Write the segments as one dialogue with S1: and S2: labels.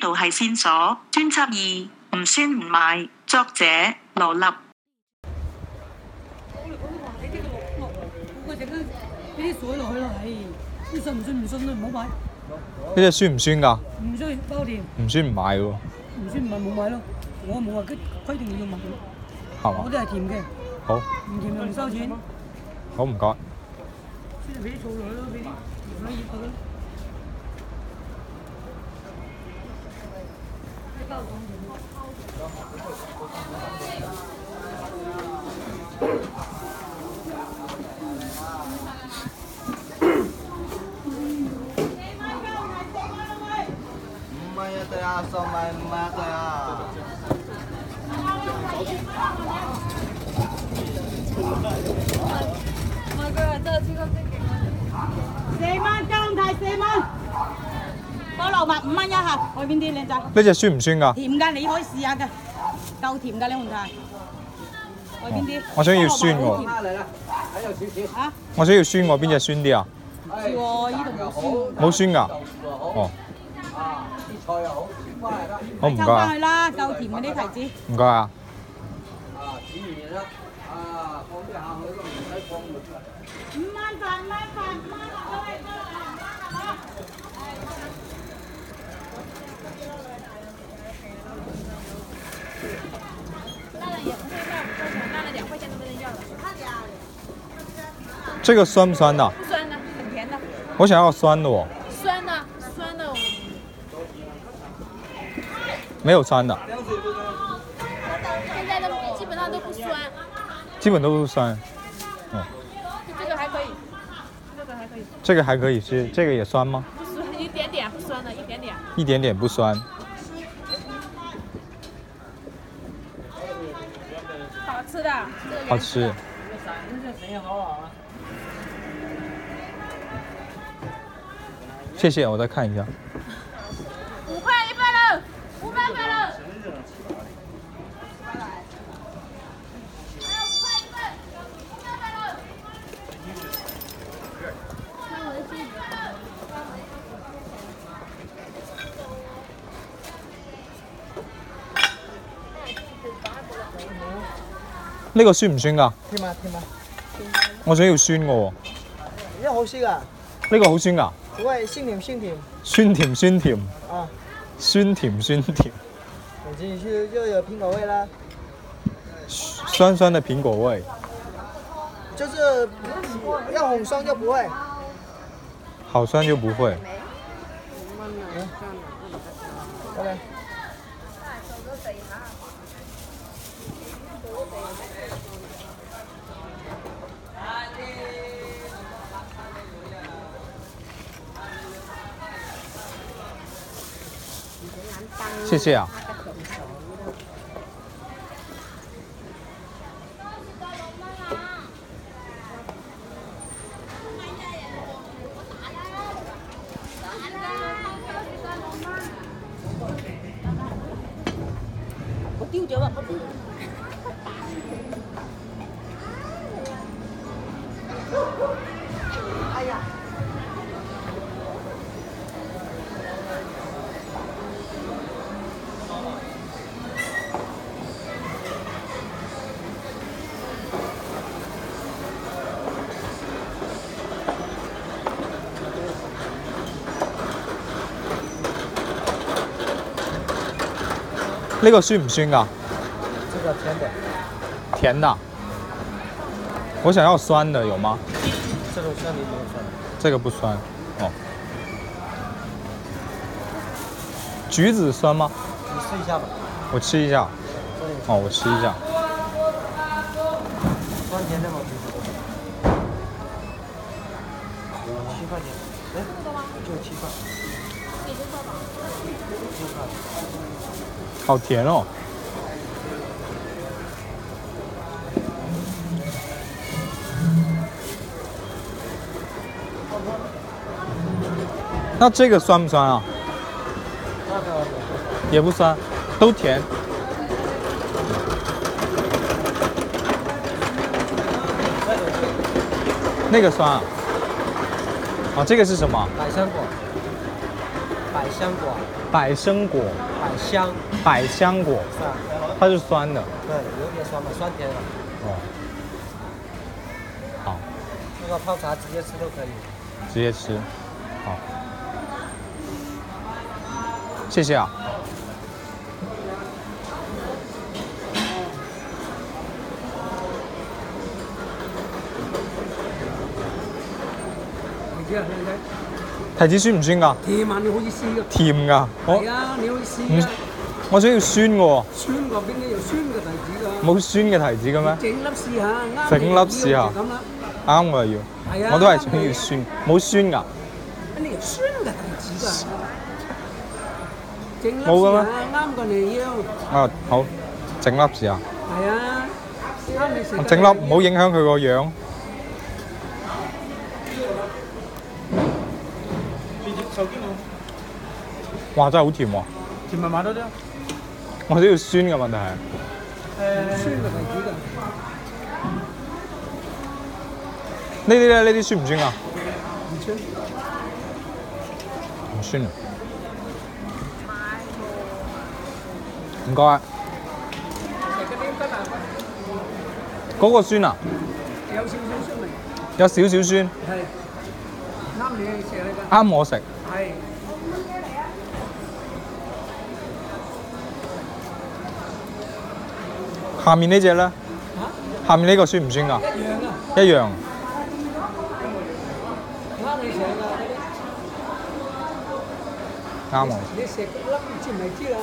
S1: 度係線索。專輯二唔酸唔買，作者羅立。
S2: 我我話你啲落落，我嗰只咧俾啲水落去咯，唉，你信唔信唔信都唔好買，
S3: 呢只酸唔酸㗎？
S2: 唔需要包掂，
S3: 唔酸唔買喎，
S2: 唔需唔買冇買咯。我冇話規規定要買，
S3: 係
S2: 我
S3: 嘛？
S2: 都係甜嘅，
S3: 好，
S2: 唔甜就唔收錢。
S3: 好唔該。
S2: 先係俾啲醋落去咯，俾啲鹽啦醃佢咯。
S4: 唔係啊，對啊，收咪唔係啊，對啊。
S5: 呃
S6: 四蚊姜太四蚊，菠蘿蜜五蚊一盒，去邊啲靚仔？
S3: 呢只酸唔酸㗎？
S6: 甜㗎，你可以試下㗎，夠甜㗎你紅茶。去邊啲？
S3: 我想要酸
S6: 菠蘿蜜
S3: 喎
S6: 好，甜
S3: 我想要酸喎，邊只酸啲啊？
S6: 嚇，似喎，依度冇酸。
S3: 冇酸㗎？哦。好唔
S6: 抽
S3: 該
S6: 翻
S3: 啊
S6: 去，啦，夠甜嗰啲提子。
S3: 唔該啊。
S6: 五蚊飯，五蚊飯，五蚊
S3: 这个酸不酸啊的？
S5: 酸的，很甜的，
S3: 我想要酸的哦，
S5: 酸的，酸的，
S3: 没有酸的，啊
S5: 现在都基本上都不酸，
S3: 基本都是酸。
S5: 这个还可以，这个还可以，
S3: 这个还可以吃，这个也酸吗？
S5: 不酸，一点点不酸的，一点点。
S3: 一点点不酸。
S5: 好吃的，这个
S3: 好吃。谢谢，我再看一下。
S5: 五块一份了，五百份了。
S3: 呢個酸唔酸噶？
S4: 添啊添啊，
S3: 我想要酸嘅喎。
S4: 因為好酸啊，
S3: 呢個好酸噶，
S4: 喂，酸甜酸甜
S3: 酸甜酸甜，
S4: 啊，
S3: 酸甜酸甜，
S4: 我進去又有蘋果味啦，
S3: 酸酸的蘋果味，
S4: 就是要紅酸就不會。
S3: 好酸就不會。
S4: OK，
S3: 謝謝啊。
S6: 我丟咗啊！我丟咗
S3: 呢個酸唔酸噶？
S4: 這個甜的，
S3: 甜的。我想要酸的，有嗎？
S4: 這個酸甜沒有酸。
S3: 这個不酸。哦。橘子酸嗎？
S4: 你試一下吧，
S3: 我吃一下。
S4: 這裡
S3: 哦，我吃一下。
S4: 酸甜的好吃。七塊錢，哎，就七塊。七塊。
S3: 好甜哦。那这个酸不酸啊？
S4: 那個
S3: 也不酸，都甜。那个酸啊？啊，这个是什么？
S4: 百香果，百百香果，
S3: 百生果、
S4: 百香
S3: 百香果，
S4: 是吧？
S3: 它是酸的。
S4: 对，有点酸吧，酸甜的。
S3: 哦，好，
S4: 那个泡茶直接吃都可以。
S3: 直接吃。好， 어. 谢谢啊。
S6: 你知啊，靚仔，
S3: 提子酸唔酸㗎？
S6: 甜啊，你好意思㗎。
S3: 甜㗎。
S6: 係
S3: 我
S6: 啊，你好意思
S3: 唔
S6: 㗎。
S3: 我想要酸嘅喎，
S6: 酸嗰邊咧有酸嘅提子㗎。
S3: 冇酸嘅提子嘅咩？
S6: 整粒試下，啱
S3: 整粒
S6: 你要
S3: 試下
S6: 就咁啦。
S3: 啱我又
S6: 係
S3: 要，
S6: 啊
S3: 我都係想要酸，冇酸㗎。
S6: 你有酸嘅提子㗎。整粒
S3: 冇嘅
S6: 試
S3: 咩
S6: 下，啱過你要。
S3: 啊，好，整粒試下。
S6: 係啊，啱你食
S3: 我
S6: 得
S3: 整粒
S6: 嚟
S3: 唔好影響佢個樣。哇！真係好甜喎、
S4: 甜咪買多啲。
S3: 我都要酸嘅問題係。
S6: 酸嘅提子㗎。
S3: 呢啲咧，呢啲酸唔酸啊？唔酸啊！唔該。嗰個酸啊？有少少酸味。有少少酸。係。啱你食嚟㗎。啱我食。係。下面呢只咧？下面呢個酸唔酸㗎？一樣。一啊樣。啱我。你食粒唔知咪知啦？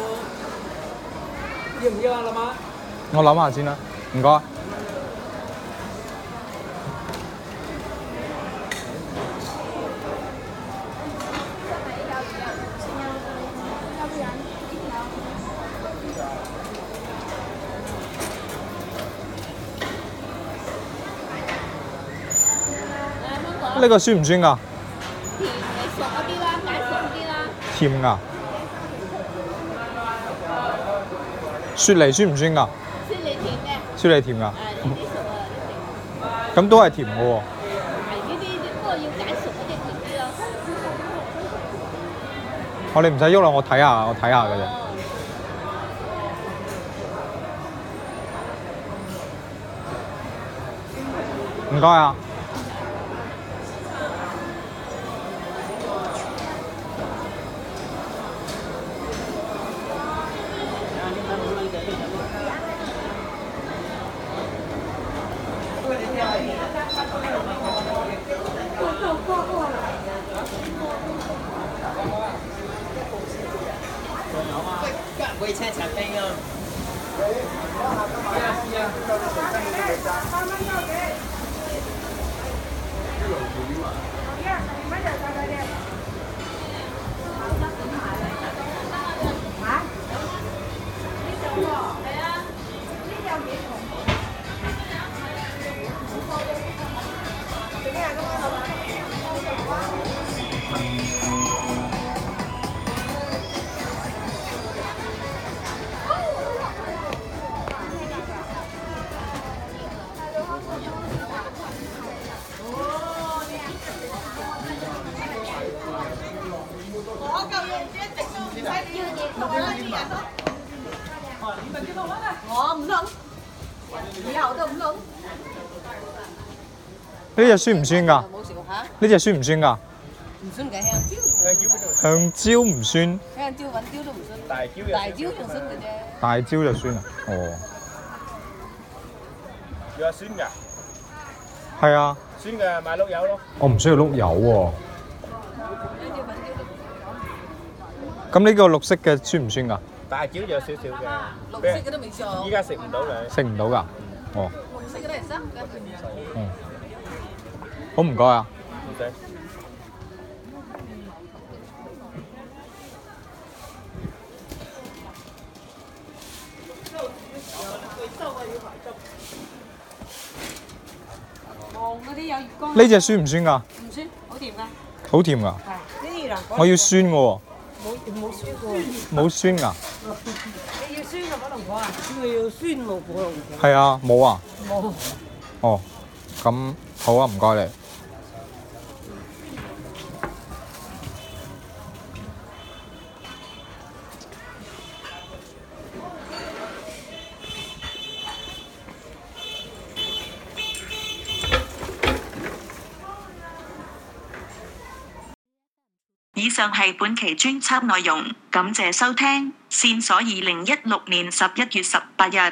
S3: 要唔要啊，老媽？我諗下先啦，唔該。呢個酸唔酸㗎？甜啊㗎。雪梨酸唔酸㗎？雪梨甜㗎。啊
S5: 呃
S3: 咁都係甜嘅喎。
S5: 哎
S3: 我哋唔使喐啦，我睇下，我睇下嘅啫。唔該啊。呢只酸唔酸㗎？呢只酸唔酸㗎？香蕉唔酸，大蕉就酸啊。哦，
S7: 你話酸㗎？
S3: 係啊，
S7: 酸嘅買碌柚咯。
S3: 我唔需要碌柚喎。咁呢個綠色嘅酸唔酸㗎？
S7: 大蕉有少少嘅。綠色嘅都未食。依家食唔到啦。
S3: 食唔到㗎？哦。綠色嘅都係生嘅。嗯。好唔該啊。
S7: 唔使。
S3: 呢只酸唔酸㗎？好甜㗎。我要酸嘅喎。冇酸㗎。係啊，冇啊。冇。哦，咁好啊，唔該你。
S1: 以上係本期專輯內容，感謝收聽。線索二零一六年十一月十八日。